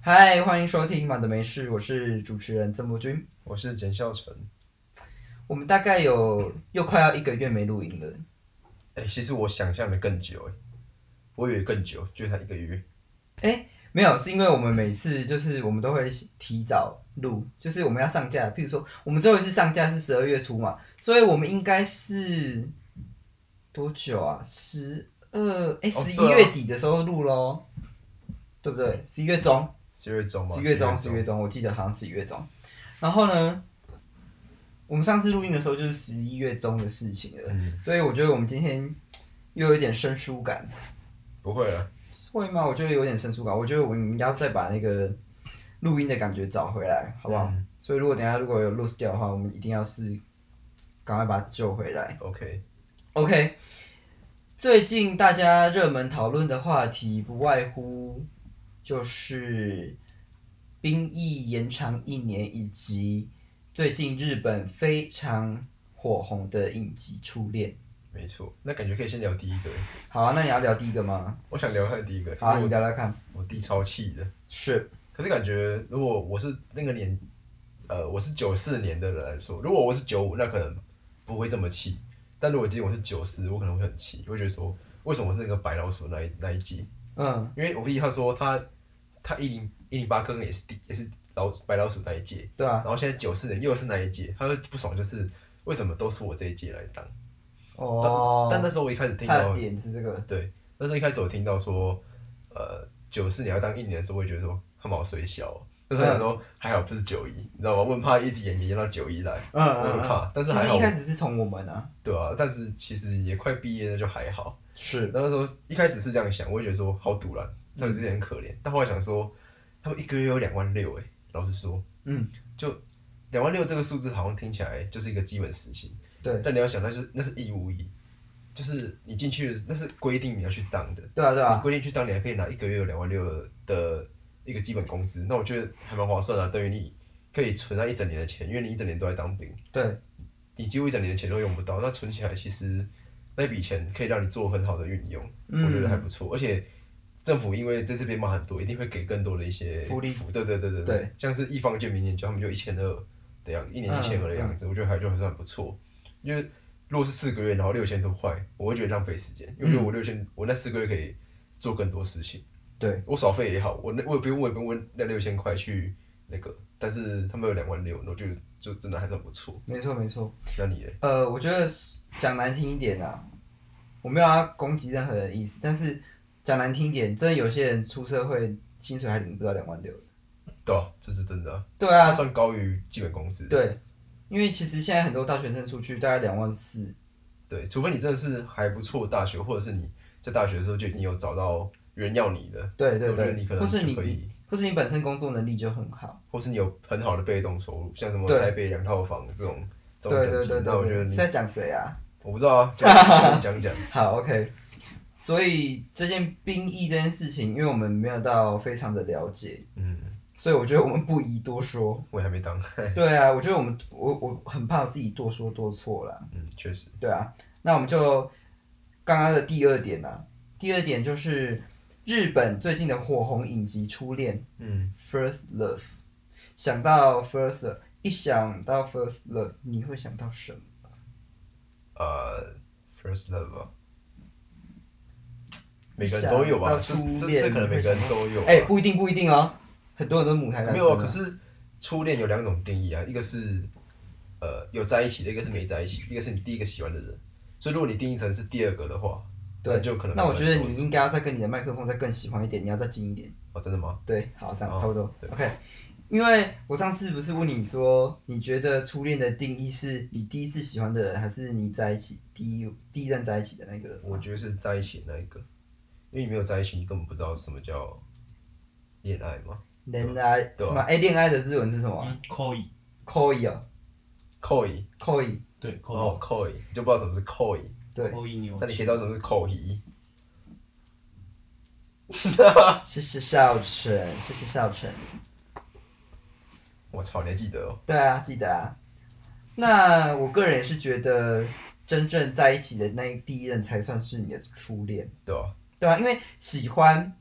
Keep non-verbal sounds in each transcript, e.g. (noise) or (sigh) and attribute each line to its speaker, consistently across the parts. Speaker 1: 嗨，欢迎收听《马的没事》，我是主持人曾博君。
Speaker 2: 我是简孝纯。
Speaker 1: 我们大概有又快要一个月没录音了，
Speaker 2: 哎、其实我想象的更久哎，我以为更久，就才一个月。
Speaker 1: 没有，是因为我们每次就是我们都会提早录，就是我们要上架。譬如说，我们最后一次上架是十二月初嘛，所以我们应该是多久啊？十二哎，十一
Speaker 2: 对啊
Speaker 1: 月底的时候录咯，对不对？十一月中，
Speaker 2: 十月中吗？
Speaker 1: 十一月中，哦十
Speaker 2: 十
Speaker 1: 一月中，我记得好像是一月中。然后呢，我们上次录音的时候就是十一月中的事情了，
Speaker 2: 嗯，
Speaker 1: 所以我觉得我们今天又有一点生疏感，
Speaker 2: 不会啊了。
Speaker 1: 会吗？我觉得有点生疏感，我觉得我们应该要再把那个录音的感觉找回来，好不好？
Speaker 2: 嗯
Speaker 1: 所以如果等一下如果有 lose 掉的话，我们一定要是赶快把它救回来。
Speaker 2: OK，
Speaker 1: OK，最近大家热门讨论的话题不外乎就是兵役延长一年，以及最近日本非常火红的影集《初恋
Speaker 2: 没错。那感觉可以先聊第一个，》。
Speaker 1: 好啊，那你要聊第一个吗？
Speaker 2: 我想聊他的第一个。
Speaker 1: 好啊，
Speaker 2: 因
Speaker 1: 你
Speaker 2: 为
Speaker 1: 聊聊看。
Speaker 2: 我我弟超气的，
Speaker 1: 是，
Speaker 2: 可是感觉如果我是那个年，呃，我是九四年的人来说，如果我是九五，那可能不会这么气。但如果今天我是九四，我可能会很气，我会觉得说，为什么我是那个白老鼠那一那一届？
Speaker 1: 嗯，
Speaker 2: 因为我弟他说他他一零一零八可能也是第也是老白老鼠那一届，
Speaker 1: 对啊
Speaker 2: 然，后现在九四年又是那一届，他就不爽就是为什么都是我这一届来当。
Speaker 1: 哦，
Speaker 2: 但那时候我一开始听
Speaker 1: 他的
Speaker 2: 到，
Speaker 1: 点是这个，
Speaker 2: 对，那时候一开始我听到说，呃，九四年要当一年的时候，我也觉得说他毛水小哦、那时候想说还好不是九一，你知道吗？问怕一直延延到九一来，
Speaker 1: 嗯
Speaker 2: 我
Speaker 1: 嗯
Speaker 2: 很怕
Speaker 1: 嗯，
Speaker 2: 但是
Speaker 1: 其
Speaker 2: 还
Speaker 1: 实
Speaker 2: 好
Speaker 1: 一开始是从我们啊，
Speaker 2: 对啊，但是其实也快毕业了，就还好。
Speaker 1: 是，
Speaker 2: 那时候一开始是这样想，我也觉得说好堵然，他们之前很可怜。但后来想说，他们一个月有两万六，哎，老实说，
Speaker 1: 嗯，
Speaker 2: 就两万六这个数字好像听起来就是一个基本时薪，
Speaker 1: 对，
Speaker 2: 但你要想，那是那是义务役，就是你进去的那是规定你要去当的，
Speaker 1: 对啊对
Speaker 2: 你
Speaker 1: 啊，
Speaker 2: 规定去当，你还可以拿一个月有两万六的一个基本工资，那我觉得还蛮划算的、等于你可以存那一整年的钱，因为你一整年都在当兵，
Speaker 1: 对，
Speaker 2: 你几乎一整年的钱都用不到，那存起来其实那笔钱可以让你做很好的运用，我觉得还
Speaker 1: 嗯，
Speaker 2: 不错，而且。政府因为这次被骂很多，一定会给更多的一些
Speaker 1: 福利
Speaker 2: 对对对对
Speaker 1: 对，
Speaker 2: 像是一方就明年就他们就一千二的样，一年一千二的样
Speaker 1: 嗯
Speaker 2: 子，我觉得还就还算不错。因为如果是四个月，然后六千多块，我会觉得浪费时间，因为
Speaker 1: 嗯
Speaker 2: 我觉得我六千、我那四个月可以做更多事情，
Speaker 1: 对，
Speaker 2: 我耍费也好，我那我也不用我也不用为那六千块去那个，但是他们有两万六，我觉得就真的还算不错。
Speaker 1: 没错没错。
Speaker 2: 那你嘞？
Speaker 1: 呃，我觉得讲难听一点啊，我没有要攻击任何人的意思，但是讲难听一点，真的有些人出社会薪水还领不到两万六。
Speaker 2: 对、啊，这是真的啊，
Speaker 1: 对
Speaker 2: 它
Speaker 1: 啊，
Speaker 2: 算高于基本工资。
Speaker 1: 对，因为其实现在很多大学生出去大概两万四，
Speaker 2: 对，除非你真的是还不错的大学，或者是你在大学的时候就已经有找到人要你的，
Speaker 1: 对对
Speaker 2: 我觉得
Speaker 1: 对，
Speaker 2: 你可
Speaker 1: 或
Speaker 2: 能
Speaker 1: 是
Speaker 2: 就可
Speaker 1: 你
Speaker 2: 以，
Speaker 1: 或是你本身工作能力就很好，
Speaker 2: 或是你有很好的被动收入，像什么
Speaker 1: 对
Speaker 2: 台北两套房这种这
Speaker 1: 对
Speaker 2: 种
Speaker 1: 对
Speaker 2: 等
Speaker 1: 对
Speaker 2: 级
Speaker 1: 对，，
Speaker 2: 那我觉得
Speaker 1: 对是
Speaker 2: 你
Speaker 1: 在讲谁啊？
Speaker 2: 我不知道
Speaker 1: (laughs)
Speaker 2: 啊，讲随便讲讲，
Speaker 1: 好，OK。所以这件兵役这件事情，因为我们没有到非常的了解，
Speaker 2: 嗯，
Speaker 1: 所以我觉得我们不宜多说。
Speaker 2: 我也还没当， (laughs)
Speaker 1: 对啊，我觉得我们我我很怕我自己多说多错啦。
Speaker 2: 嗯，确实，
Speaker 1: 对啊，那我们就刚刚的第二点啊，第二点就是日本最近的火红影集《初恋
Speaker 2: 嗯，》
Speaker 1: （First Love）。想到 First，Love，一想到 First Love，你会想到什么？
Speaker 2: 呃，first love 啊。每个人都有吧，这
Speaker 1: 想到初
Speaker 2: 这
Speaker 1: 恋
Speaker 2: 这可能每个人都有、啊。
Speaker 1: 哎、不一定，不一定哦。很多人都母胎单身、
Speaker 2: 没有啊，可是初恋有两种定义啊，一个是呃有在一起的，一个是没在一起，一个是你第一个喜欢的人。所以如果你定义成是第二个的话，
Speaker 1: 对
Speaker 2: 那就可能
Speaker 1: 那我觉得
Speaker 2: 没有
Speaker 1: 你应该要再跟你的麦克风再更喜欢一点，你要再近一点。
Speaker 2: 哦，真的吗？
Speaker 1: 对，好，这样、
Speaker 2: 哦
Speaker 1: 差不多。OK，因为我上次不是问你说，你觉得初恋的定义是你第一次喜欢的人，还是你在一起第一第一任在一起的那个人？
Speaker 2: 我觉得是在一起的那一个，因为你没有在一起，你根本不知道什么叫恋爱嘛。
Speaker 1: 恋爱
Speaker 2: 对啊
Speaker 1: 什么？哎，恋爱的日文是什么
Speaker 3: 嗯，扣一，
Speaker 1: ？koi 哦
Speaker 2: Koi，
Speaker 1: ，koi。
Speaker 3: 对，扣
Speaker 2: 哦，Koi，你就不知道什么是 Koi，
Speaker 1: 对，
Speaker 3: 扣一牛
Speaker 2: 但你可以知道什么是 Koi。
Speaker 1: 谢谢孝成，谢谢孝成。
Speaker 2: 我操，你还记得哦？
Speaker 1: 对啊，记得啊。那我个人也是觉得，真正在一起的那第一任才算是你的初恋。
Speaker 2: 对啊，
Speaker 1: 对啊，因为喜欢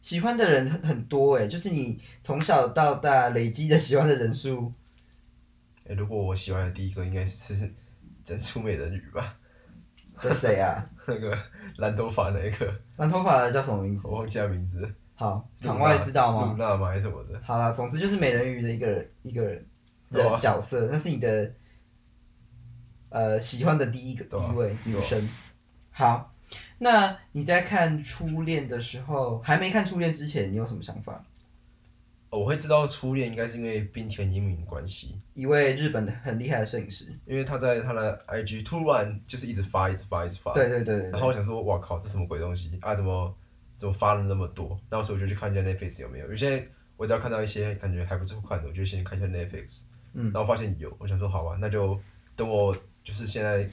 Speaker 1: 喜欢的人很很多哎，就是你从小到大累积的喜欢的人数，
Speaker 2: 哎、如果我喜欢的第一个应该是珍珠美人鱼吧， (laughs)
Speaker 1: 这谁啊？
Speaker 2: 那个蓝头发那个，
Speaker 1: 染头发的叫什么名字？
Speaker 2: 我忘记他名字了，
Speaker 1: 好，场外知道吗？
Speaker 2: 露娜吗？还是什么的？
Speaker 1: 好啦，总之就是美人鱼的一个人一个人
Speaker 2: 对
Speaker 1: 的
Speaker 2: 嗯啊
Speaker 1: 角色，那是你的呃喜欢的第一个第
Speaker 2: 对啊
Speaker 1: 一位
Speaker 2: 对啊
Speaker 1: 女生。好，那你在看初恋的时候，还没看初恋之前，你有什么想法？
Speaker 2: 哦我会知道初恋应该是因为冰田英明的关系，
Speaker 1: 一位日本的很厉害的摄影师，
Speaker 2: 因为他在他的 IG 突然就是一直发，一直发，一直发。
Speaker 1: 对对对对
Speaker 2: 啊然
Speaker 1: 对，
Speaker 2: 后我想说，哇靠，这什么鬼东西啊？怎么怎么发了那么多？然后所以我就去看一下 Netflix 有没有。有些我只要看到一些感觉还不错看的，我就先看一下 Netflix。
Speaker 1: 嗯
Speaker 2: 然后发现有，我想说好吧，那就等我就是现在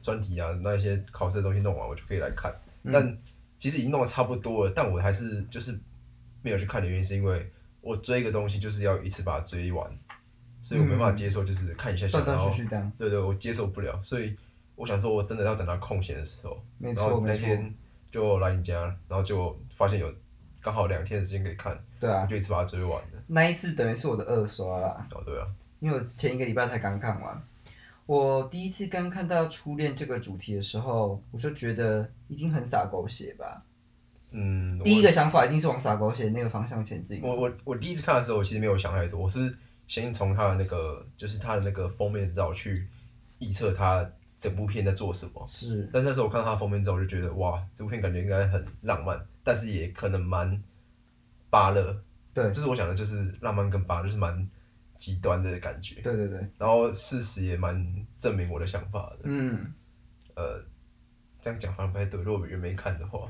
Speaker 2: 专题啊那一些考试的东西弄完，我就可以来看。
Speaker 1: 嗯
Speaker 2: 但其实已经弄得差不多了，但我还是就是没有去看的原因是因为我追一个东西就是要一次把它追完，所以我没办法接受就是看一下下，
Speaker 1: 断
Speaker 2: 然
Speaker 1: 断
Speaker 2: 后
Speaker 1: 续续这样，
Speaker 2: 对对，我接受不了，所以我想说，我真的要等到空闲的时候。
Speaker 1: 没
Speaker 2: 然
Speaker 1: 错
Speaker 2: 后那
Speaker 1: 没错，
Speaker 2: 天就来你家，然后就发现有刚好两天的时间可以看，
Speaker 1: 对啊
Speaker 2: 我，就一次把它追完了。
Speaker 1: 那一次等于是我的二刷啦。
Speaker 2: 哦，对啊，
Speaker 1: 因为我前一个礼拜才刚看完。我第一次刚看到初恋这个主题的时候，我就觉得一定很洒狗血吧。
Speaker 2: 嗯，
Speaker 1: 第一个想法一定是往洒狗血那个方向前进。
Speaker 2: 我我我第一次看的时候，我其实没有想太多，我是先从他的那个就是他的那个封面照去臆测他整部片在做什么。
Speaker 1: 是，
Speaker 2: 但是那时候我看到他封面之后，我就觉得哇，这部片感觉应该很浪漫，但是也可能蛮芭乐。
Speaker 1: 对，
Speaker 2: 这是我想的，就是浪漫跟芭乐，就是蛮极端的感觉。
Speaker 1: 对对对，
Speaker 2: 然后事实也蛮证明我的想法的。
Speaker 1: 嗯，
Speaker 2: 呃，这样讲好像不太对，如果原没看的话，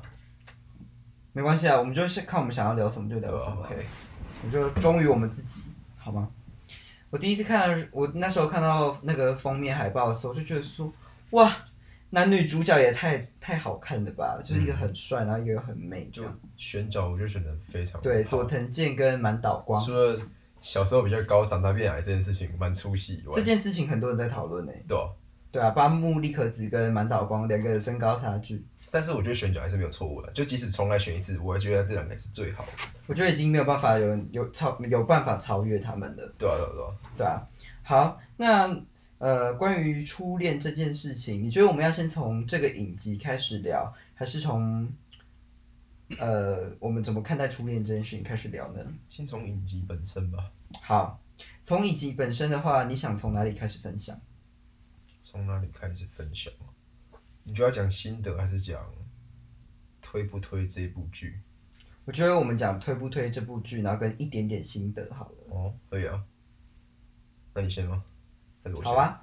Speaker 1: 没关系啊，我们就是看我们想要聊什么就
Speaker 2: 对啊
Speaker 1: 聊
Speaker 2: 吧
Speaker 1: 什么。
Speaker 2: ？OK，
Speaker 1: 我就忠于我们自己，好吗？我第一次看到，我那时候看到那个封面海报的时候，我就觉得说，哇，男女主角也太太好看了吧，就是一个很帅，然后一个很美，
Speaker 2: 就
Speaker 1: 就
Speaker 2: 选角我就选的非常
Speaker 1: 对
Speaker 2: 好
Speaker 1: 佐藤健跟满岛光。
Speaker 2: 除了小时候比较高，长大变矮这件事情蛮出戏以外
Speaker 1: 这，件事情很多人在讨论呢。
Speaker 2: 对啊、
Speaker 1: 对啊，八木利可子跟满岛光两个人身高差距，
Speaker 2: 但是我觉得选角还是没有错误的，就即使重来选一次，我也觉得这两个还是最好的。
Speaker 1: 我觉得已经没有办法有人有超有办法超越他们了。
Speaker 2: 对啊，对啊，对啊。
Speaker 1: 对啊，好，那呃，关于初恋这件事情，你觉得我们要先从这个影集开始聊，还是从呃我们怎么看待初恋这件事情开始聊呢？
Speaker 2: 先从影集本身吧，
Speaker 1: 好，从影集本身的话，你想从哪里开始分享？
Speaker 2: 从哪里开始分享？你就要讲心得，还是讲推不推这部剧？
Speaker 1: 我觉得我们讲推不推这部剧，然后跟一点点心得好了。
Speaker 2: 哦，可以啊。那你先吗？还是我先？
Speaker 1: 好啊，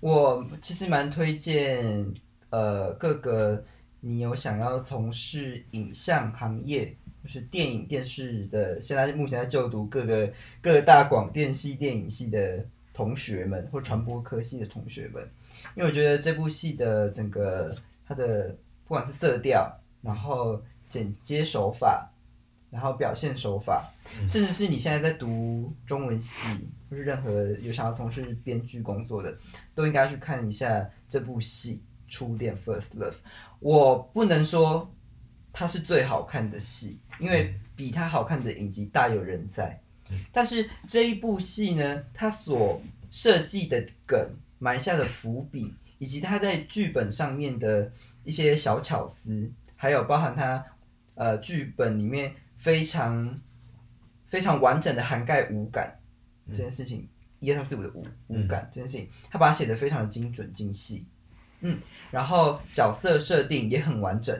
Speaker 1: 我其实蛮推荐呃各个你有想要从事影像行业，就是电影电视的，现在目前在就读各个各大广电系、电影系的同学们，或传播科系的同学们，因为我觉得这部戏的整个它的不管是色调，然后剪接手法。然后表现手法，甚至是你现在在读中文系，或是任何有想要从事编剧工作的，都应该去看一下这部戏《初恋 First Love》。我不能说它是最好看的戏，因为比它好看的影集大有人在。但是这一部戏呢，它所设计的梗、埋下的伏笔，以及它在剧本上面的一些小巧思，还有包含它呃剧本里面非常非常完整的涵盖五感这件事情，一二三四五的五五感这件事情，他把它写的非常的精准精细，嗯，然后角色设定也很完整。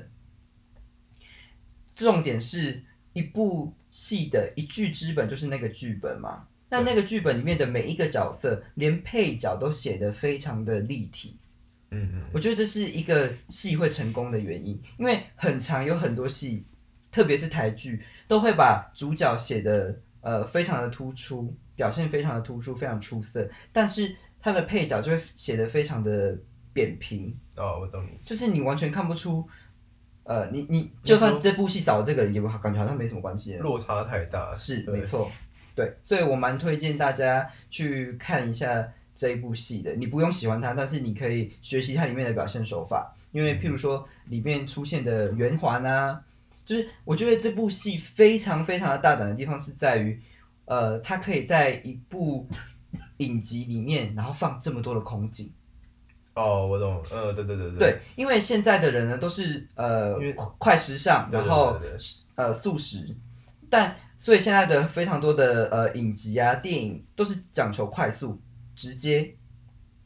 Speaker 1: 重点是一部戏的一句之本就是那个剧本嘛，那那个剧本里面的每一个角色，连配角都写得非常的立体。
Speaker 2: 嗯嗯，
Speaker 1: 我觉得这是一个戏会成功的原因，因为很长有很多戏，特别是台剧，都会把主角写的呃非常的突出，表现非常的突出，非常出色，但是他的配角就会写的非常的扁平，
Speaker 2: 哦，我懂你。
Speaker 1: 就是你完全看不出，呃，你你
Speaker 2: 你
Speaker 1: 就算
Speaker 2: 说
Speaker 1: 这部戏少了这个人，也不好感觉好像没什么关系。
Speaker 2: 落差太大，
Speaker 1: 是
Speaker 2: 对
Speaker 1: 没错，对，所以我蛮推荐大家去看一下这一部戏的。你不用喜欢它，但是你可以学习它里面的表现手法，因为譬如说里面出现的圆环啊，就是我觉得这部戏非常非常的大胆的地方是在于，呃，它可以在一部影集里面，然后放这么多的空景。
Speaker 2: 哦，我懂，呃，对对对对，
Speaker 1: 对，因为现在的人呢都是呃
Speaker 2: 因为
Speaker 1: 快时尚，
Speaker 2: 对
Speaker 1: 然
Speaker 2: 对
Speaker 1: 后
Speaker 2: 对对
Speaker 1: 呃素食，但所以现在的非常多的呃影集啊、电影都是讲求快速、直接。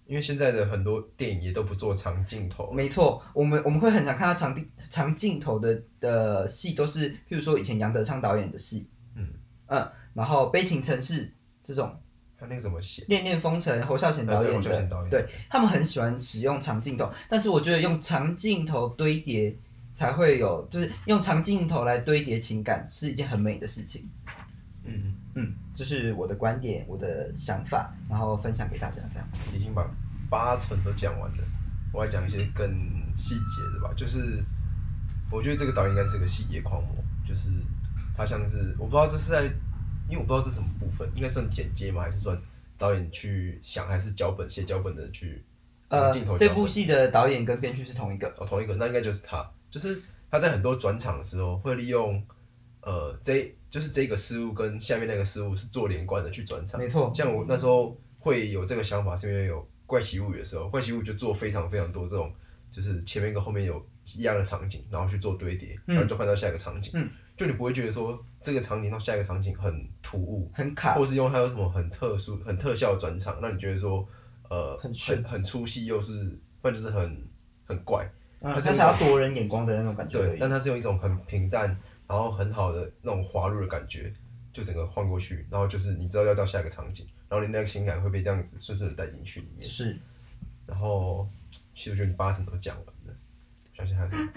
Speaker 2: 因为现在的很多电影也都不做长镜头，
Speaker 1: 没错，我们我们会很常看到长地长镜头的的戏，都是譬如说以前杨德昌导演的戏，
Speaker 2: 嗯
Speaker 1: 嗯，然后《悲情城市》这种，
Speaker 2: 还有那个什么写
Speaker 1: 《恋恋风尘》侯孝贤导演
Speaker 2: 呃对侯孝
Speaker 1: 的
Speaker 2: 贤导，演
Speaker 1: 对他们很喜欢使用长镜头，但是我觉得用长镜头堆叠才会有，就是用长镜头来堆叠情感是一件很美的事情。
Speaker 2: 嗯，
Speaker 1: 嗯，这是我的观点，我的想法，然后分享给大家。这样，
Speaker 2: 已经把八成都讲完了，我来讲一些更细节的吧。就是我觉得这个导演应该是个细节狂魔，就是他像是我不知道这是在，因为我不知道这是什么部分，应该算剪接吗？还是算导演去想，还是脚本写脚本的去
Speaker 1: 呃
Speaker 2: 镜头，脚
Speaker 1: 这
Speaker 2: 本
Speaker 1: 部戏的导演跟编剧是同一个，
Speaker 2: 哦，同一个，那应该就是他，就是他在很多转场的时候会利用，呃，这就是这个失误跟下面那个失误是做连贯的去转场。
Speaker 1: 没错
Speaker 2: 像我那时候会有这个想法，是因为有《怪奇物语》的时候，《怪奇物语》就做非常非常多这种，就是前面跟后面有一样的场景，然后去做堆叠，然后就换到下一个场景。
Speaker 1: 嗯
Speaker 2: 就你不会觉得说这个场景到下一个场景很突兀，
Speaker 1: 很卡，
Speaker 2: 或是用它有什么很特殊、很特效的转场，让你觉得说，呃，
Speaker 1: 很
Speaker 2: 很很出戏，又是或者就是很很怪。
Speaker 1: 嗯，
Speaker 2: 它
Speaker 1: 他
Speaker 2: 是有
Speaker 1: 想要夺人眼光的那种感觉而
Speaker 2: 对，
Speaker 1: 已。
Speaker 2: 但它是用一种很平淡，然后很好的那种滑入的感觉，就整个换过去，然后就是你知道要到下一个场景，然后你那个情感会被这样子顺顺的带进去里面。
Speaker 1: 是，
Speaker 2: 然后其实我觉得你八成都讲完了，相信还是的。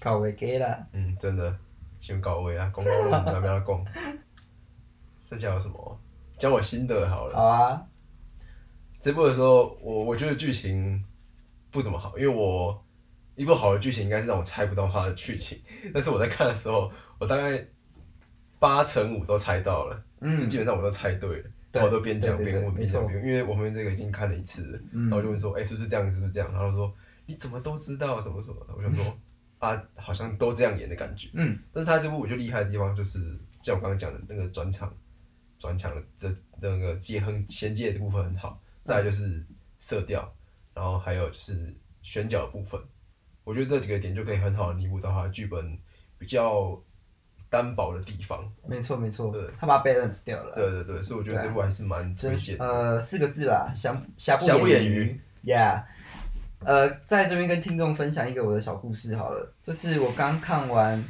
Speaker 1: 考维给啦，
Speaker 2: 嗯，真的，先搞位啊，公告路那边要供。剩下有什么？讲我心得好了。
Speaker 1: 好啊，
Speaker 2: 这部的时候，我我觉得剧情不怎么好，因为我一部好的剧情应该是让我猜不到它的剧情，但是我在看的时候，我大概八成五都猜到了，
Speaker 1: 嗯
Speaker 2: 就基本上我都猜对了，
Speaker 1: 对
Speaker 2: 然后我都边讲
Speaker 1: 对对
Speaker 2: 边问，
Speaker 1: 对
Speaker 2: 边讲
Speaker 1: 没错嗯
Speaker 2: 边问，因为我们这个已经看了一次了，然后我就问说，哎、是不是这样？是不是这样？然后他说你怎么都知道什么什么的？我想说啊，好像都这样演的感觉。
Speaker 1: 嗯，
Speaker 2: 但是他这部我觉得厉害的地方就是，像我刚刚讲的那个转场，转场的这那个接哼衔接的部分很好，再来
Speaker 1: 嗯
Speaker 2: 就是色调，然后还有就是选角的部分，我觉得这几个点就可以很好的弥补到他剧本比较单薄的地方。
Speaker 1: 没错没错
Speaker 2: 对，
Speaker 1: 他把它 balance 掉了。
Speaker 2: 对对对，所以我觉得这部还是蛮推
Speaker 1: 真
Speaker 2: 荐。
Speaker 1: 呃四个字啦，瑕瑕
Speaker 2: 瑕
Speaker 1: 不
Speaker 2: 不
Speaker 1: 掩
Speaker 2: 掩
Speaker 1: 瑜
Speaker 2: 瑜
Speaker 1: ，Yeah。呃，在这边跟听众分享一个我的小故事好了，就是我刚看完《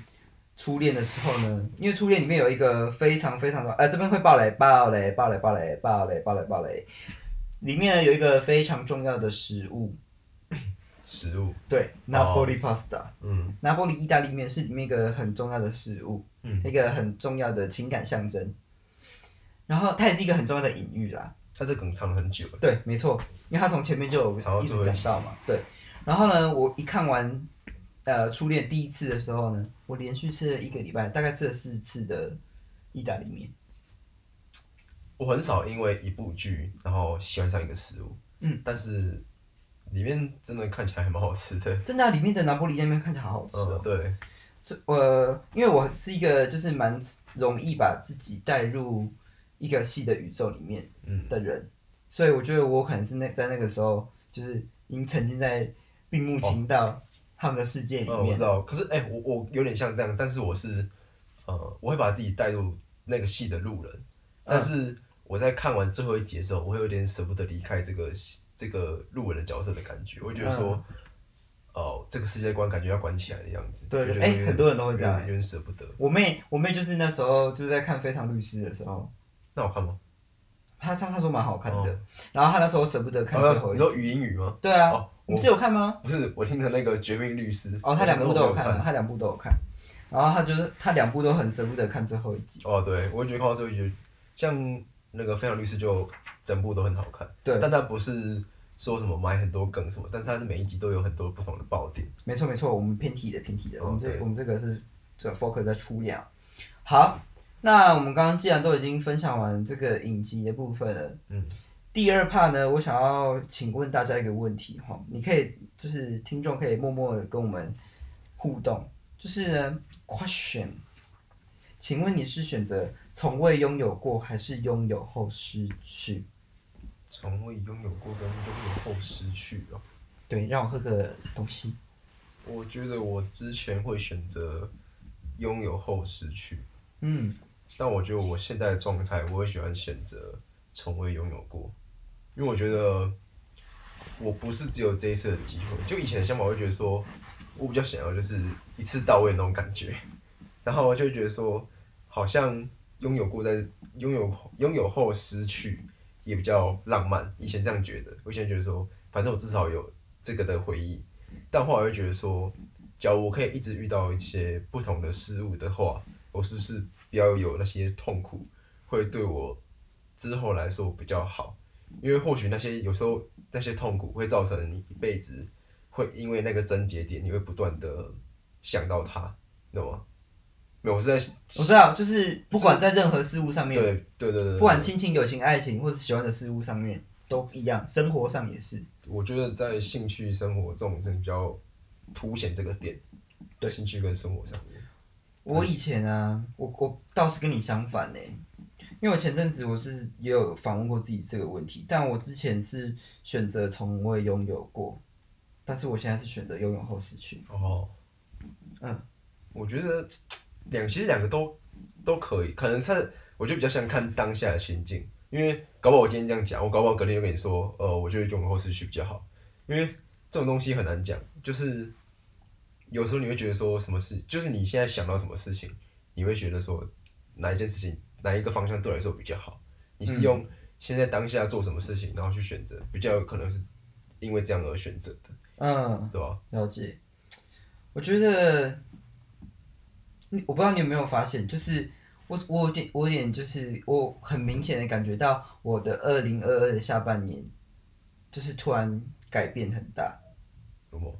Speaker 1: 初恋》的时候呢，因为《初恋》里面有一个非常非常的，呃，这边会爆雷，爆雷，爆雷，爆雷，爆雷，爆雷，爆雷，里面呢有一个非常重要的食物，
Speaker 2: 食物，
Speaker 1: 对，Napoli pasta，、
Speaker 2: 嗯
Speaker 1: 拿破里意大利面是里面一个很重要的食物，
Speaker 2: 嗯，
Speaker 1: 一个很重要的情感象征，然后它也是一个很重要的隐喻啦，
Speaker 2: 他这梗唱了很久了，
Speaker 1: 对，没错，因为他从前面就有
Speaker 2: 长到
Speaker 1: 一直
Speaker 2: 最后一
Speaker 1: 讲
Speaker 2: 集
Speaker 1: 到嘛。对，然后呢，我一看完呃初恋第一次的时候呢，我连续吃了一个礼拜，大概吃了四次的意大利面。
Speaker 2: 我很少因为一部剧然后喜欢上一个食物，
Speaker 1: 嗯，
Speaker 2: 但是里面真的看起来还蛮好吃的。
Speaker 1: 真的啊、里面的拿破里面看起来好好吃
Speaker 2: 嗯，
Speaker 1: 哦。
Speaker 2: 对，
Speaker 1: 是、呃，因为我是一个就是蛮容易把自己带入一个戏的宇宙里面
Speaker 2: 嗯，
Speaker 1: 的人，所以我觉得我可能是那在那个时候就是已经沉浸在闭目情到他们的世界里
Speaker 2: 嗯，我
Speaker 1: 面。
Speaker 2: 知道。可是，哎、我我有点像这样，但是我是，呃，我会把自己带入那个戏的路
Speaker 1: 嗯
Speaker 2: 人，但是我在看完最后一集的时候，我会有点舍不得离开这个戏这个路人的角色的感觉，我会觉得说，
Speaker 1: 嗯
Speaker 2: 哦、这个世界观感觉要关起来的样子。
Speaker 1: 对
Speaker 2: 就觉得
Speaker 1: 哎
Speaker 2: 有点
Speaker 1: 很多人都会这样
Speaker 2: 有点有点舍不得。
Speaker 1: 我妹，我妹就是那时候就是在看《非常律师》的时候，
Speaker 2: 那我看吗？
Speaker 1: 她她她说蛮好看的，
Speaker 2: 哦
Speaker 1: 然后她那时候舍不得看最
Speaker 2: 哦
Speaker 1: 后
Speaker 2: 你
Speaker 1: 一集。
Speaker 2: 说语音语吗？
Speaker 1: 对啊，
Speaker 2: 哦
Speaker 1: 你
Speaker 2: 我
Speaker 1: 是有看吗？
Speaker 2: 不是，我听的那个《绝命律师》。
Speaker 1: 哦，她两部都有看
Speaker 2: 我没
Speaker 1: 啊，她两部都有看，然后她就是她两部都很舍不得看最后一集。
Speaker 2: 哦，对，我也觉得看到最后一集，像那个《非常律师》就整部都很好看，
Speaker 1: 对
Speaker 2: 呃但它不是说什么埋很多梗什么，但是它是每一集都有很多不同的爆点。
Speaker 1: 没错没错，我们偏题的偏题的，
Speaker 2: 哦
Speaker 1: 我们这
Speaker 2: 对
Speaker 1: 我们这个是这 focus 在初恋啊。好，那我们刚刚既然都已经分享完这个影集的部分了，
Speaker 2: 嗯，
Speaker 1: 第二 part 呢，我想要请问大家一个问题哈，你可以就是听众可以默默的跟我们互动，就是呢 question，请问你是选择从未拥有过，还是拥有后失去？
Speaker 2: 从未拥有过跟拥有后失去哦。
Speaker 1: 对，让我喝个东西。
Speaker 2: 我觉得我之前会选择拥有后失去，
Speaker 1: 嗯，
Speaker 2: 但我觉得我现在的状态，我会喜欢选择从未拥有过，因为我觉得我不是只有这一次的机会。就以前的想法，我会觉得说，我比较想要就是一次到位那种感觉，然后我就会觉得说，好像拥有过在拥有拥有后失去也比较浪漫。以前这样觉得，我以前觉得说，反正我至少有这个的回忆，但后来会觉得说，假如我可以一直遇到一些不同的事物的话，我是不是不要有那些痛苦，会对我之后来说比较好？因为或许那些有时候那些痛苦会造成你一辈子会因为那个症结点，你会不断的想到它，你懂吗？没有，我是在
Speaker 1: 我知道，就是不管在任何事物上
Speaker 2: 对
Speaker 1: 面，
Speaker 2: 对对对对，
Speaker 1: 不管亲情、友情、爱情，或是喜欢的事物上面都一样，生活上也是。
Speaker 2: 我觉得在兴趣生活这种是比较凸显这个点，
Speaker 1: 对
Speaker 2: 兴趣跟生活上面，
Speaker 1: 我以前啊，我我倒是跟你相反呢、因为我前阵子我是也有访问过自己这个问题，但我之前是选择从未拥有过，但是我现在是选择拥有后失去。
Speaker 2: 哦，
Speaker 1: 嗯，
Speaker 2: 我觉得两其实两个都都可以，可能是我就比较想看当下的心境，因为搞不好我今天这样讲，我搞不好隔天就跟你说，呃，我觉得用后失去比较好，因为这种东西很难讲，就是有时候你会觉得说什么事，就是你现在想到什么事情，你会觉得说哪一件事情哪一个方向对我来说比较好，你是用现在当下做什么事情，然后去选择，比较有可能是因为这样而选择的，
Speaker 1: 嗯，
Speaker 2: 对吧、
Speaker 1: 了解。我觉得，你我不知道你有没有发现，就是我我有点我有点就是我很明显的感觉到我的二零二二的下半年，就是突然改变很大。
Speaker 2: 有没有？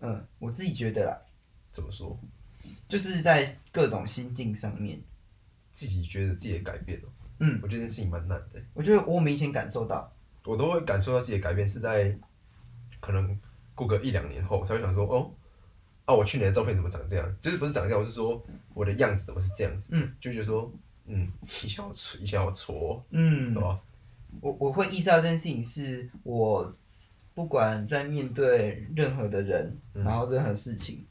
Speaker 1: 嗯，我自己觉得啦。
Speaker 2: 怎么说？
Speaker 1: 就是在各种心境上面，
Speaker 2: 自己觉得自己的改变哦、
Speaker 1: 嗯，
Speaker 2: 我觉得这件事情蛮难的，
Speaker 1: 我觉得我明显感受到，
Speaker 2: 我都会感受到自己的改变是在可能过个一两年后才会想说，哦，啊，我去年的照片怎么长这样？就是不是长这样，我是说我的样子怎么是这样子？
Speaker 1: 嗯，
Speaker 2: 就觉得说，嗯，以前我挫，以前我挫，
Speaker 1: 嗯
Speaker 2: 对，吧？
Speaker 1: 我我会意识到这件事情是我不管在面对任何的人，
Speaker 2: 嗯
Speaker 1: 然后任何事情，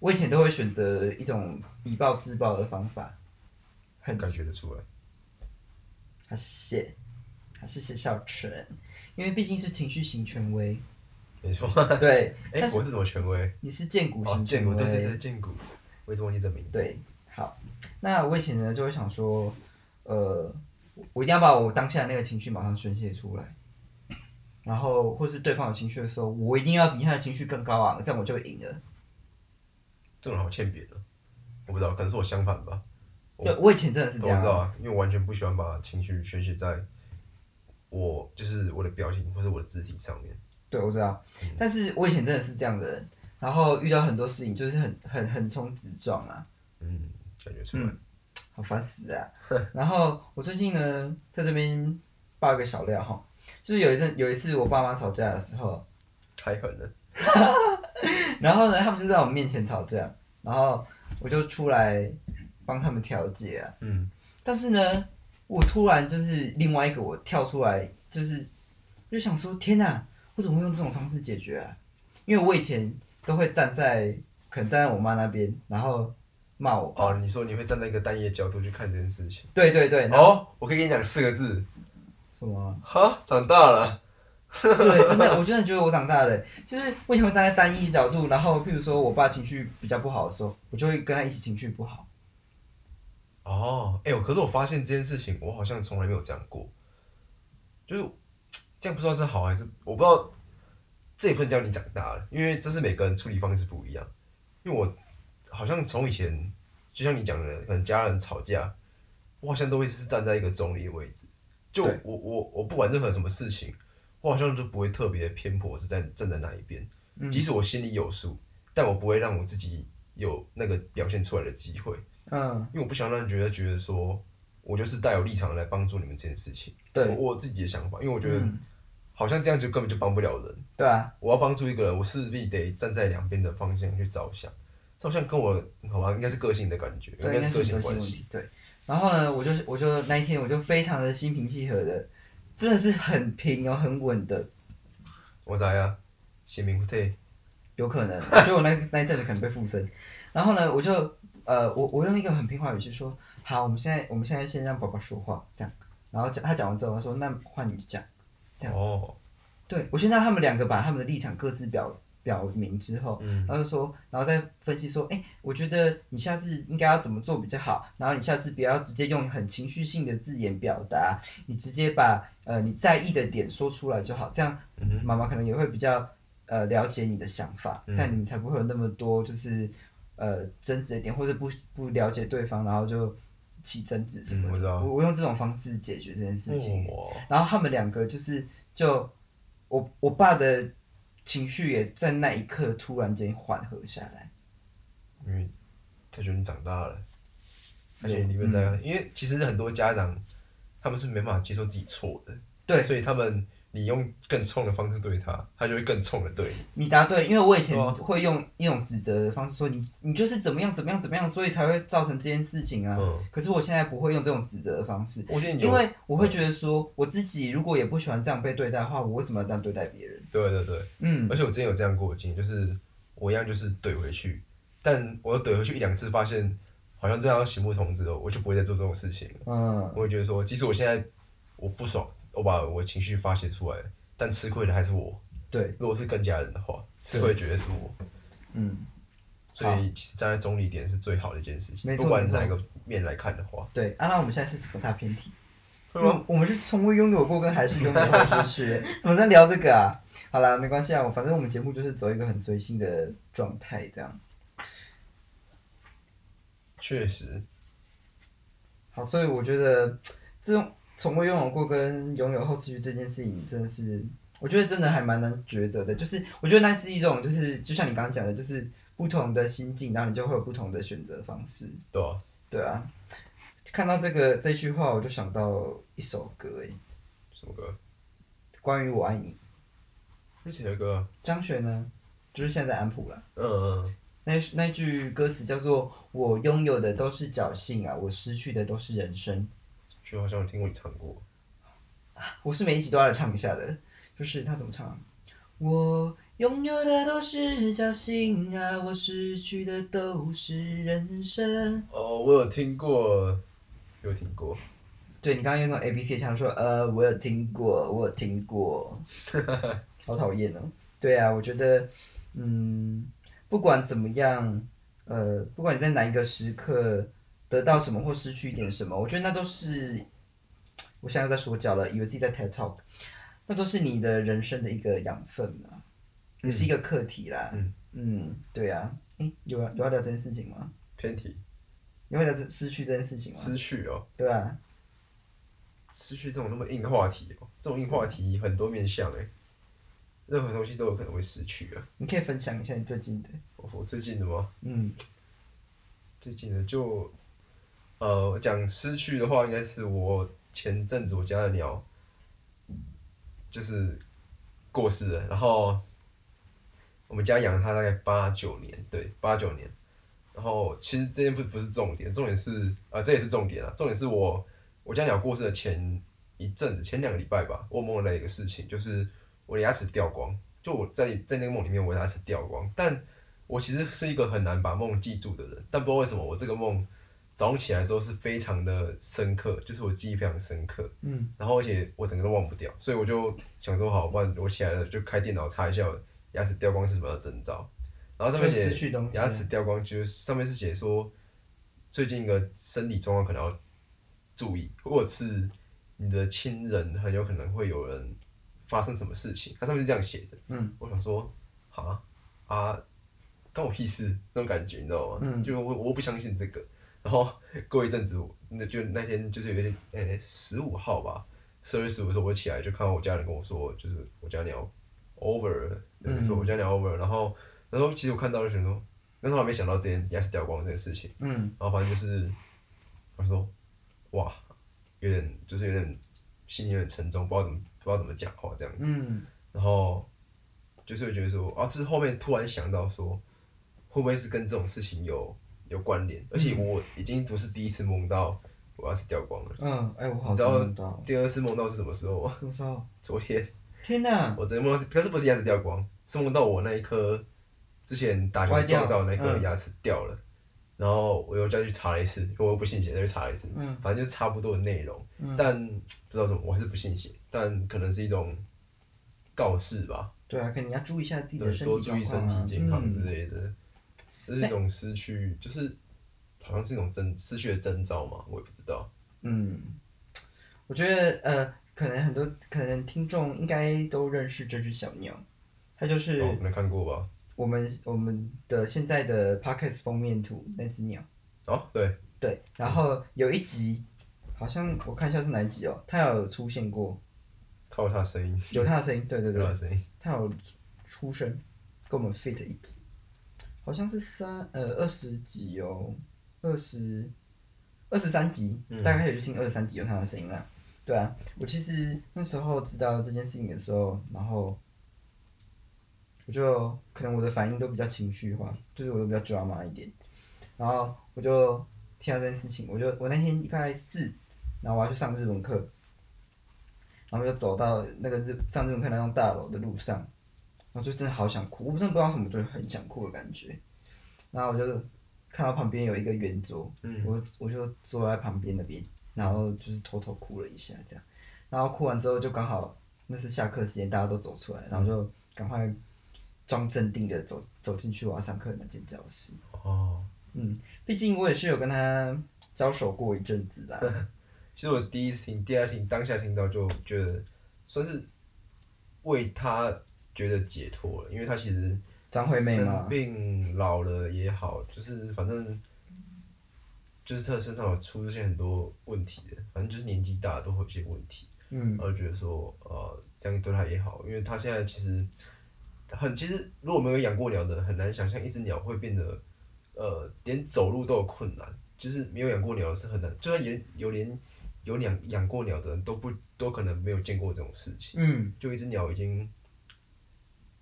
Speaker 1: 我以前都会选择一种以暴制暴的方法，很
Speaker 2: 感觉得出来，
Speaker 1: 还是谢，还是谢孝成，因为毕竟是情绪型权威，
Speaker 2: 没错。
Speaker 1: 对，(laughs)
Speaker 2: 哎、(laughs)
Speaker 1: 但是
Speaker 2: 我是什么权威？
Speaker 1: 你是剑骨
Speaker 2: 哦，
Speaker 1: 型
Speaker 2: 建
Speaker 1: 权
Speaker 2: 骨，
Speaker 1: 威，
Speaker 2: 对对对，建骨，我一直忘记这名字。
Speaker 1: 对，好，那我以前呢就会想说，呃，我一定要把我当下的那个情绪马上宣泄出来，然后或是对方有情绪的时候，我一定要比他的情绪更高昂，这样我就赢了。
Speaker 2: 这种人好欠扁的，我不知道，可能是我相反吧。我
Speaker 1: 对，我以前真的是这
Speaker 2: 我
Speaker 1: 样
Speaker 2: 知道
Speaker 1: 啊，
Speaker 2: 啊，因为我完全不喜欢把情绪宣泄在我就是我的表情或是我的肢体上面。
Speaker 1: 对，我知道，
Speaker 2: 嗯
Speaker 1: 但是我以前真的是这样的人，然后遇到很多事情就是很很横冲直撞啊，
Speaker 2: 嗯，感觉出来。
Speaker 1: 嗯好烦死
Speaker 2: (laughs)
Speaker 1: 啊！然后我最近呢，在这边爆一个小料哈，就是有一阵有一次我爸妈吵架的时候，
Speaker 2: 太狠了。
Speaker 1: 然后呢，他们就在我面前吵架，然后我就出来帮他们调解啊。
Speaker 2: 嗯，
Speaker 1: 但是呢，我突然就是另外一个我跳出来，就是就想说，天哪、我怎么会用这种方式解决啊？因为我以前都会站在可能站在我妈那边，然后骂我。
Speaker 2: 哦，你说你会站在一个单一的角度去看这件事情。
Speaker 1: 对对对，然后
Speaker 2: 哦，我可以跟你讲四个字，
Speaker 1: 什么啊？
Speaker 2: 哈，长大了。
Speaker 1: 对，真的，我真的觉得我长大了欸，就是我以前会站在单一角度，然后譬如说我爸情绪比较不好的时候，我就会跟他一起情绪不好。
Speaker 2: 哦，哎、呦，可是我发现这件事情，我好像从来没有这样过，就是这样不知道是好还是我不知道，这也不能叫你长大了，因为这是每个人处理方式不一样。因为我好像从以前，就像你讲的，可能家人吵架，我好像都会是站在一个中立的位置，就
Speaker 1: 对
Speaker 2: 我我我不管任何什么事情，我好像就不会特别偏颇是在站在哪一边，
Speaker 1: 嗯
Speaker 2: 即使我心里有数，但我不会让我自己有那个表现出来的机会。
Speaker 1: 嗯，
Speaker 2: 因为我不想让人觉得觉得说我就是带有立场来帮助你们这件事情。
Speaker 1: 对
Speaker 2: 我，我有自己的想法，因为我觉得
Speaker 1: 嗯
Speaker 2: 好像这样就根本就帮不了人。
Speaker 1: 对啊，
Speaker 2: 我要帮助一个人，我势必得站在两边的方向去着想，这好像跟我好吧，应该是个性的感觉，应
Speaker 1: 对，
Speaker 2: 该
Speaker 1: 应该是
Speaker 2: 是个
Speaker 1: 个性
Speaker 2: 性
Speaker 1: 问
Speaker 2: 关系。
Speaker 1: 题。对，然后呢，我就我就那一天我就非常的心平气和的，真的是很平哦，很稳的，
Speaker 2: 我咋样？写名对，
Speaker 1: 有可能，我觉得我那那一阵子可能被附身。然后呢，我就呃，我我用一个很平缓语气说，好，我们现在我们现在先让宝宝说话，这样。然后讲他讲完之后，我说那换你讲。这
Speaker 2: 哦，
Speaker 1: 对我先让他们两个把他们的立场各自表表明之后，
Speaker 2: 嗯，
Speaker 1: 然后就说，然后再分析说，哎、我觉得你下次应该要怎么做比较好，然后你下次不要直接用很情绪性的字眼表达，你直接把呃你在意的点说出来就好，这样
Speaker 2: 嗯哼
Speaker 1: 妈妈可能也会比较呃了解你的想法，
Speaker 2: 嗯
Speaker 1: 这样你们才不会有那么多就是呃争执的点，或者不不了解对方，然后就起争执什
Speaker 2: 嗯
Speaker 1: 么
Speaker 2: 我知
Speaker 1: 的。
Speaker 2: 道
Speaker 1: 我我用这种方式解决这件事情。
Speaker 2: 哦
Speaker 1: 然后他们两个就是就我我爸的情绪也在那一刻突然间缓和下来。
Speaker 2: 因为他觉得你长大了，他
Speaker 1: 有嗯
Speaker 2: 觉得你会这样，因为其实很多家长他们是没办法接受自己错的，
Speaker 1: 对
Speaker 2: 所以他们你用更冲的方式对他，他就会更冲的对你。
Speaker 1: 你答对，因为我以前
Speaker 2: 对啊
Speaker 1: 会用一种指责的方式说你你就是怎么样怎么样怎么样，所以才会造成这件事情啊。
Speaker 2: 嗯
Speaker 1: 可是我现在不会用这种指责的方式，
Speaker 2: 我觉得你有
Speaker 1: 因为我会觉得说我自己如果也不喜欢这样被对待的话，我为什么要这样对待别人？
Speaker 2: 对对对，
Speaker 1: 嗯，
Speaker 2: 而且我之前有这样过的经验，就是我一样就是怼回去，但我怼回去一两次，发现好像这样行不通之后，我就不会再做这种事情了。
Speaker 1: 嗯，
Speaker 2: 我会觉得说，即使我现在我不爽，我把我情绪发泄出来，但吃亏的还是我。
Speaker 1: 对，
Speaker 2: 如果是跟家人的话，吃亏绝对是我。
Speaker 1: 嗯，
Speaker 2: 所以其实站在中立点是最好的一件事情，
Speaker 1: 没错
Speaker 2: 不管
Speaker 1: 没错
Speaker 2: 哪一个面来看的话，
Speaker 1: 对。啊，那我们现在是什么大偏题？
Speaker 2: 会吗？
Speaker 1: 我们是从未拥有过跟还是拥有过的失去， (laughs) 怎么在聊这个啊？好啦，没关系啊，我反正我们节目就是走一个很随性的状态，这样。
Speaker 2: 确实，
Speaker 1: 好，所以我觉得这种从未拥有过跟拥有后失去这件事情，真的是，我觉得真的还蛮难抉择的。就是我觉得那是一种，就是就像你刚刚讲的，就是不同的心境，然后你就会有不同的选择方式。
Speaker 2: 对啊，
Speaker 1: 对啊，看到这个这句话，我就想到一首歌，诶，
Speaker 2: 什么歌？
Speaker 1: 关于我爱你，
Speaker 2: 那谁的歌啊？
Speaker 1: 张悬呢，就是现在的安普啦。
Speaker 2: 嗯嗯，嗯
Speaker 1: 那那句歌词叫做“我拥有的都是侥幸啊，我失去的都是人生
Speaker 2: 就好像我听过你唱过。”。
Speaker 1: 我是每一集都要来唱一下的，就是他怎么唱啊、我拥有的都是侥幸啊，我失去的都是人生。
Speaker 2: 哦，我有听过，有听过。
Speaker 1: 对你刚刚用那种 A B C 的腔说，呃，我有听过，我有听
Speaker 2: (laughs)
Speaker 1: 过，好讨厌哦。对啊，我觉得，嗯，不管怎么样，呃，不管你在哪一个时刻得到什么或失去一点什么，我觉得那都是，我现在又在说教了，以为自己在 TED Talk，那都是你的人生的一个养分啊，也是一个课题啦。
Speaker 2: 嗯
Speaker 1: 嗯对啊，诶，有啊有要聊这件事情吗？
Speaker 2: 偏题，
Speaker 1: 有要聊这失去这件事情吗？
Speaker 2: 失去哦，
Speaker 1: 对啊，
Speaker 2: 失去这种那么硬的话题哦，这种硬话题很多面向哎，任何东西都有可能会失去啊。
Speaker 1: 你可以分享一下你最近的，
Speaker 2: 我我最近的吗？
Speaker 1: 嗯。
Speaker 2: 最近的就，呃，我讲失去的话，应该是我前阵子我家的鸟，就是过世了，然后我们家养了它大概八九年，对，八九年。然后其实这件不不是重点，重点是啊、这也是重点啊，重点是我我家鸟过世的前一阵子，前两个礼拜吧，我梦了一个事情，就是我的牙齿掉光，就我在在那个梦里面，我的牙齿掉光，但我其实是一个很难把梦记住的人，但不知道为什么我这个梦早上起来的时候是非常的深刻，就是我记忆非常深刻，
Speaker 1: 嗯，
Speaker 2: 然后而且我整个都忘不掉，所以我就想说好，不然我起来了就开电脑查一下我牙齿掉光是什么样的征兆，然后上面
Speaker 1: 就
Speaker 2: 写
Speaker 1: 失去东西
Speaker 2: 牙齿掉光，就是上面是写说最近的身体状况可能要注意，或者是你的亲人很有可能会有人发生什么事情，它上面是这样写的，
Speaker 1: 嗯，
Speaker 2: 我想说啊啊，关我屁事那种感觉，你知道吗？
Speaker 1: 嗯
Speaker 2: 就我我不相信这个。然后过一阵子，我那就那天就是有一天，呃，十五号吧，十二月十五的时候，我起来就看到我家人跟我说，就是我家鸟 over，了对，没错，
Speaker 1: 嗯
Speaker 2: 我家鸟 over 了。然后那时候其实我看到就想说，那时候还没想到这件牙齿掉光这件事情。
Speaker 1: 嗯
Speaker 2: 然后反正就是，我说，哇，有点就是有点心里有点沉重，不知道怎么不知道怎么讲话这样子。
Speaker 1: 嗯
Speaker 2: 然后就是会觉得说，啊，这后面突然想到说，会不会是跟这种事情有有关
Speaker 1: 嗯
Speaker 2: 联？而且我已经不是第一次梦到我要是掉光了。
Speaker 1: 嗯，哎、我好
Speaker 2: 你知
Speaker 1: 像
Speaker 2: 道
Speaker 1: 梦到
Speaker 2: 第二次梦到是什么时候 (laughs) 吗？
Speaker 1: 什么时候？
Speaker 2: 昨天
Speaker 1: 天哪！
Speaker 2: 我昨天梦到，可是不是牙齿掉光，是梦到我那一颗之前打球
Speaker 1: 歪掉
Speaker 2: 撞到的那颗
Speaker 1: 嗯
Speaker 2: 牙齿掉了，然后我又再去查了一次，因为我又不信邪，再去查了一次，
Speaker 1: 嗯
Speaker 2: 反正就是差不多的内容，
Speaker 1: 嗯，
Speaker 2: 但不知道怎么，我还是不信邪，但可能是一种告示吧，
Speaker 1: 对啊，可能你要注意一下自己的
Speaker 2: 对，
Speaker 1: 身
Speaker 2: 多
Speaker 1: 体
Speaker 2: 注意身
Speaker 1: 状
Speaker 2: 体
Speaker 1: 况啊
Speaker 2: 健康
Speaker 1: 嗯
Speaker 2: 之类的，这是一种失去，就是好像是一种征失去的征兆嘛，我也不知道，
Speaker 1: 嗯，我觉得呃，可能很多可能听众应该都认识这只小鸟，它就是
Speaker 2: 哦，没看过吧？
Speaker 1: 我们我们的现在的 Pockets 封面图那只鸟。
Speaker 2: 哦，对，
Speaker 1: 对，然后有一集，好像我看一下是哪一集哦，它有出现过，
Speaker 2: 它有它的声音，
Speaker 1: 有它的声音，对对
Speaker 2: 有它
Speaker 1: 对
Speaker 2: 的，声音，
Speaker 1: 它有出声，跟我们 fit 一集，好像是三呃二十集哦，二十二十三集，
Speaker 2: 嗯
Speaker 1: 大概有去听二十三集有它的声音啦。对啊，我其实那时候知道这件事情的时候，然后我就可能我的反应都比较情绪化，就是我都比较 drama 一点，然后我就听到这件事情，我就我那天礼拜四，然后我要去上日文课，然后就走到那个日上日文课那栋大楼的路上，然后就真的好想哭，我真的不知道为什么，就很想哭的感觉。然后我就看到旁边有一个圆桌，
Speaker 2: 嗯
Speaker 1: 我我就坐在旁边那边，然后就是偷偷哭了一下这样，然后哭完之后就刚好那是下课时间，大家都走出来，
Speaker 2: 嗯
Speaker 1: 然后就赶快装镇定的走走进去我要上课的那间教室。
Speaker 2: 哦。
Speaker 1: 嗯，毕竟我也是有跟他交手过一阵子的。
Speaker 2: (laughs) 其实我第一次听、第二次听、当下听到就觉得算是为他觉得解脱了，因为他其实
Speaker 1: 张惠妹
Speaker 2: 生
Speaker 1: 嘛，
Speaker 2: 病老了也好，就是反正就是他的身上有出现很多问题的，反正就是年纪大都会有一些问题，
Speaker 1: 嗯
Speaker 2: 然后觉得说呃这样对他也好，因为他现在其实很其实如果没有养过鸟的，很难想象一只鸟会变得呃连走路都有困难，就是没有养过鸟是很难，就算有有连有养养过鸟的人都不都可能没有见过这种事情，
Speaker 1: 嗯，
Speaker 2: 就一只鸟已经。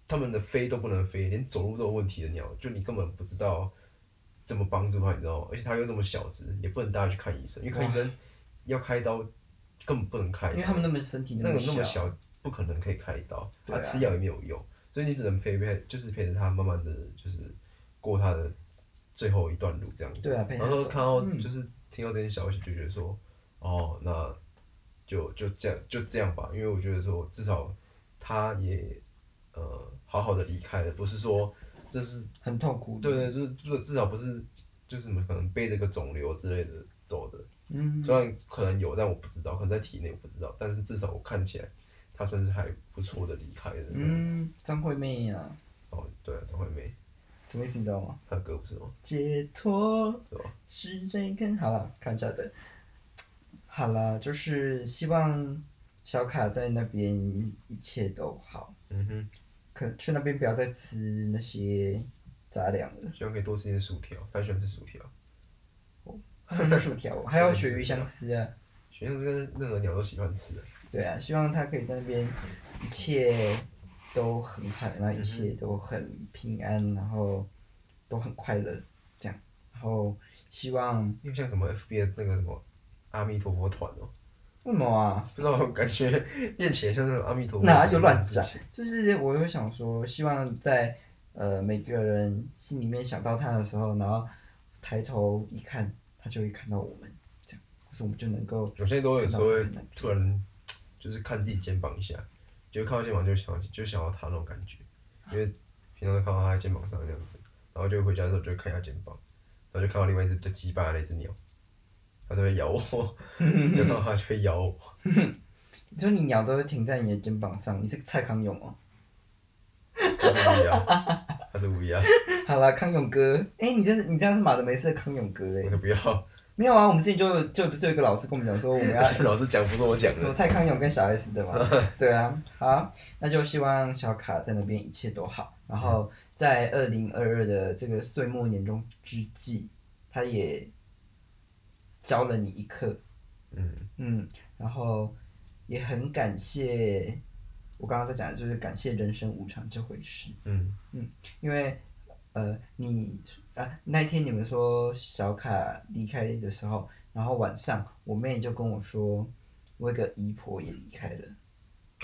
Speaker 2: 他们的飞都不能飞，连走路都有问题的鸟，就你根本不知道怎么帮助它，你知道吗？而且它又那么小只，也不能带它去看医生，因为看医生要开刀根本不能开刀，
Speaker 1: 因为他们那么身体
Speaker 2: 那
Speaker 1: 么
Speaker 2: 个那么，小，不可能可以开刀，
Speaker 1: 对
Speaker 2: 他、
Speaker 1: 啊
Speaker 2: 吃药也没有用，所以你只能陪陪，就是陪着他慢慢的就是过他的最后一段路这样子。
Speaker 1: 对啊陪他
Speaker 2: 然后
Speaker 1: 走
Speaker 2: 看到、
Speaker 1: 嗯
Speaker 2: 就是听到这些消息，就觉得说，哦，那就就这样就这样吧，因为我觉得说至少他也呃好好的离开了，不是说这是
Speaker 1: 很痛苦。
Speaker 2: 对，对，就是就是至少不是就是什么可能背着个肿瘤之类的走的，
Speaker 1: 嗯，
Speaker 2: 虽然可能有，但我不知道，可能在体内我不知道，但是至少我看起来，他算是还不错的离开了。这样
Speaker 1: 嗯，张惠妹啊，
Speaker 2: 哦，对、啊，张惠妹，
Speaker 1: 什么意思你知道吗？
Speaker 2: 她的歌不是吗？
Speaker 1: 解脱
Speaker 2: 对吧？
Speaker 1: 是这根，好了，看一下的。好了，就是希望小卡在那边一切都好，
Speaker 2: 嗯哼，
Speaker 1: 可去那边不要再吃那些杂粮
Speaker 2: (laughs)
Speaker 1: 了，
Speaker 2: 希望可以多吃点薯条，她喜欢吃薯条。
Speaker 1: 还有那薯条，还有鳕鱼香丝啊。
Speaker 2: 学校这个任何鸟都喜欢吃的。
Speaker 1: 对啊，希望他可以在那边一切都很好，嗯然后一切都很平安，然后都很快乐，这样。然后希望
Speaker 2: 因为像什么 FB 的那个什么阿弥陀佛团哦、
Speaker 1: 为什么啊？
Speaker 2: 不知道，感觉念起来像那种阿弥陀佛。
Speaker 1: 哪有乱讲？就是我会想说，希望在呃每个人心里面想到他的时候，然后抬头一看，他就会看到我们，这样，或是我们就能够
Speaker 2: 我现在都有时候会
Speaker 1: 看到
Speaker 2: 突然就是看自己肩膀一下，就看到肩膀就想要就想要他那种感觉，因为平常都看到他在肩膀上那样子，然后就回家的时候就看一下肩膀，然后就看到另外一只叫鸡巴的那只鸟，它就会
Speaker 1: (laughs)
Speaker 2: 咬我，就看到它就会咬我，
Speaker 1: 就你鸟都会停在你的肩膀上。你是蔡康永 (laughs) 哦。
Speaker 2: 它是乌鸦，它是乌鸦，
Speaker 1: 好啦，康永哥，哎、你这是你这样是马德梅斯的康永哥哎、
Speaker 2: 我都不要，
Speaker 1: 没有啊，我们之前就就不是有一个老师跟我们讲说我们
Speaker 2: (laughs)
Speaker 1: 要
Speaker 2: 老师讲不是我讲
Speaker 1: 什么
Speaker 2: 的，
Speaker 1: 蔡康永跟小 S 的嘛，对啊，好，那就希望小卡在那边一切都好，然后在二零二二的这个岁末年终之际，他也教了你一课，
Speaker 2: 嗯，
Speaker 1: 嗯，然后也很感谢我刚刚在讲的就是感谢人生无常这回事，
Speaker 2: 嗯
Speaker 1: 因为呃，你啊那天你们说小卡离开的时候，然后晚上我妹就跟我说，我有个姨婆也离开了。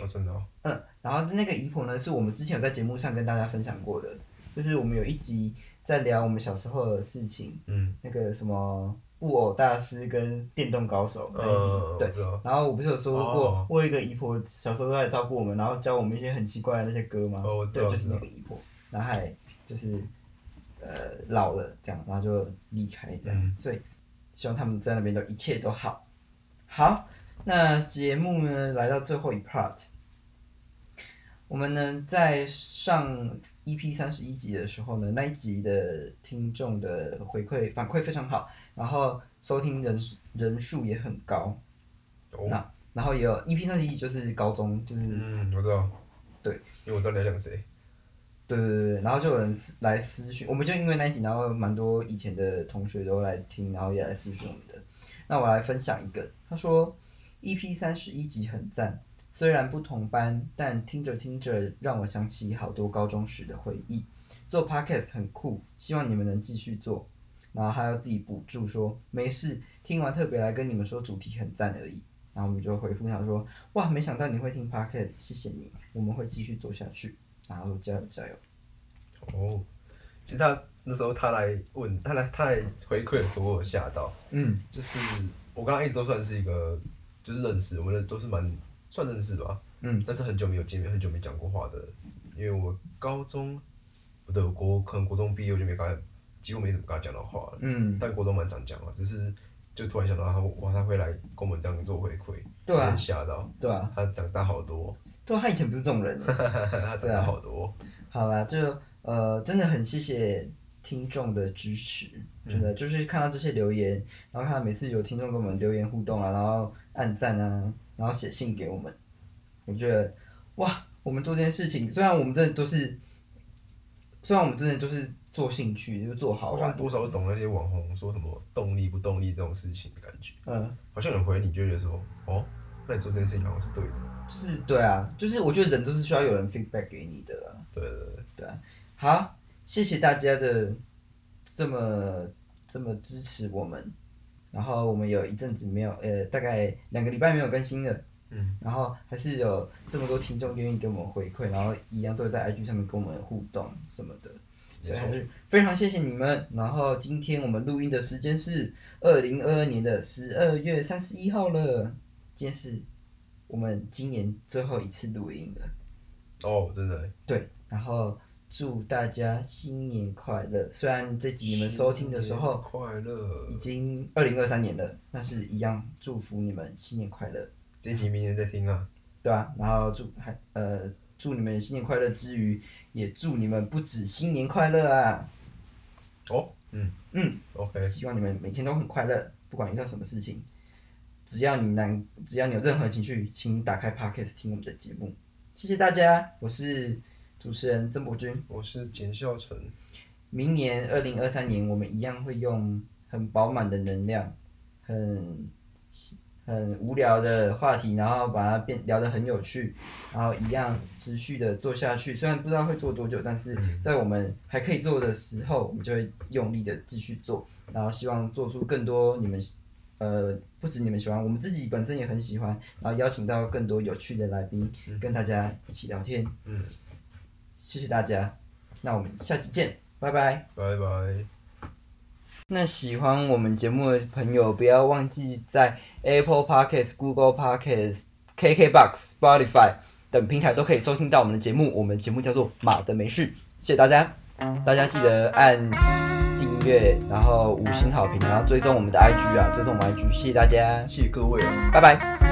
Speaker 2: 哦，真的、哦，
Speaker 1: 嗯，然后那个姨婆呢，是我们之前有在节目上跟大家分享过的，就是我们有一集在聊我们小时候的事情，
Speaker 2: 嗯，
Speaker 1: 那个什么布偶大师跟电动高手那一集，
Speaker 2: 呃，我
Speaker 1: 对。
Speaker 2: 知道，
Speaker 1: 然后我不是有说过，
Speaker 2: 哦
Speaker 1: 我有一个姨婆小时候都在照顾我们，然后教我们一些很奇怪的那些歌吗？
Speaker 2: 哦我知
Speaker 1: 对，
Speaker 2: 道
Speaker 1: 就是
Speaker 2: 知道
Speaker 1: 那个姨婆，然后还就是呃老了这样，然后就离开这样，
Speaker 2: 嗯
Speaker 1: 所以希望他们在那边都一切都好。好，那节目呢来到最后一 part，我们呢在上 EP 三十一集的时候呢，那一集的听众的回馈反馈非常好，然后收听人数人数也很高。
Speaker 2: 哦，
Speaker 1: 然后也有 EP 三十一，就是高中，就是
Speaker 2: 嗯，我知道，
Speaker 1: 对，
Speaker 2: 因为我知道你在讲谁，
Speaker 1: 对对对对，然后就有人私来私讯，我们就因为那一集，然后蛮多以前的同学都来听，然后也来私讯我们的。那我来分享一个，他说 EP 三十一集很赞，虽然不同班，但听着听着让我想起好多高中时的回忆。做 podcast 很酷，希望你们能继续做。然后他要自己补助说没事，听完特别来跟你们说主题很赞而已。然后我们就回复他说哇，没想到你会听 podcast，谢谢你，我们会继续做下去。然后说加油加油。
Speaker 2: 哦，其实他那时候他来问，他来他来回馈的时候，我有吓到，
Speaker 1: 嗯，
Speaker 2: 就是我刚刚一直都算是一个，就是认识，我们都是蛮算认识吧，
Speaker 1: 嗯，
Speaker 2: 但是很久没有见面，很久没讲过话的，因为我高中，不对，我国可能国中毕业我就没跟他，几乎没怎么跟他讲到话了，
Speaker 1: 嗯，
Speaker 2: 但国中蛮常讲啊嘛，只是就突然想到他，哇，他会来跟我们这样做回馈，
Speaker 1: 对
Speaker 2: 有
Speaker 1: 啊
Speaker 2: 点，吓到，
Speaker 1: 对啊，
Speaker 2: 他长大好多， (laughs)
Speaker 1: 对啊，他以前不是这种人。
Speaker 2: 他
Speaker 1: 啊
Speaker 2: 长大好多，
Speaker 1: 好啦，就呃，真的很谢谢听众的支持，真的、就是看到这些留言，然后看到每次有听众跟我们留言互动啊，然后按赞啊，然后写信给我们，我觉得哇，我们做这件事情，虽然我们真的都是，虽然我们真的就是做兴趣，就做好
Speaker 2: 好像
Speaker 1: 玩，
Speaker 2: 多少懂那些网红说什么动力不动力这种事情的感觉，
Speaker 1: 嗯、
Speaker 2: 好像有人回你就觉得说，哦，那你做这件事情好像是对的，
Speaker 1: 就是对啊，就是我觉得人都是需要有人 feedback 给你的啦。
Speaker 2: 对对对，
Speaker 1: 好，谢谢大家的这么这么支持我们。然后我们有一阵子没有，呃，大概两个礼拜没有更新了。
Speaker 2: 嗯。
Speaker 1: 然后还是有这么多听众愿意给我们回馈，然后一样都在 IG 上面跟我们互动什么的，
Speaker 2: 没
Speaker 1: 所以
Speaker 2: 错
Speaker 1: 还是非常谢谢你们。然后今天我们录音的时间是二零二二年的十二月三十一号了，今天是我们今年最后一次录音了。
Speaker 2: 哦，真的，
Speaker 1: 对，然后祝大家新年快乐。虽然这集你们收听的时候
Speaker 2: 新年快乐
Speaker 1: 已，经二零二三年了，但是一样祝福你们新年快乐，
Speaker 2: 这一集明年再听啊。
Speaker 1: 对吧、然后祝还呃祝你们新年快乐之余，也祝你们不止新年快乐啊！
Speaker 2: 哦，嗯
Speaker 1: 嗯
Speaker 2: ，OK，
Speaker 1: 希望你们每天都很快乐，不管遇到什么事情，只要你难，只要你有任何情绪，请打开 Podcast 听我们的节目。谢谢大家，我是主持人曾博君。
Speaker 2: 我是简孝成，
Speaker 1: 明年二零二三年，我们一样会用很饱满的能量，很很无聊的话题，然后把它变聊得很有趣，然后一样持续的做下去。虽然不知道会做多久，但是在我们还可以做的时候，我们就会用力的继续做，然后希望做出更多你们。呃，不止你们喜欢，我们自己本身也很喜欢，然后邀请到更多有趣的来宾，跟大家一起聊天。
Speaker 2: 嗯，
Speaker 1: 谢谢大家，那我们下期见，拜拜。
Speaker 2: 拜拜。
Speaker 1: 那喜欢我们节目的朋友，不要忘记在 Apple Podcasts、Google Podcasts、KKBox、Spotify 等平台都可以收听到我们的节目。我们的节目叫做《马的没事》，谢谢大家！大家记得按订阅，然后五星好评，然后追踪我们的 IG 啊，追踪我们 IG，谢谢大家，
Speaker 2: 谢谢各位啊。
Speaker 1: 拜拜。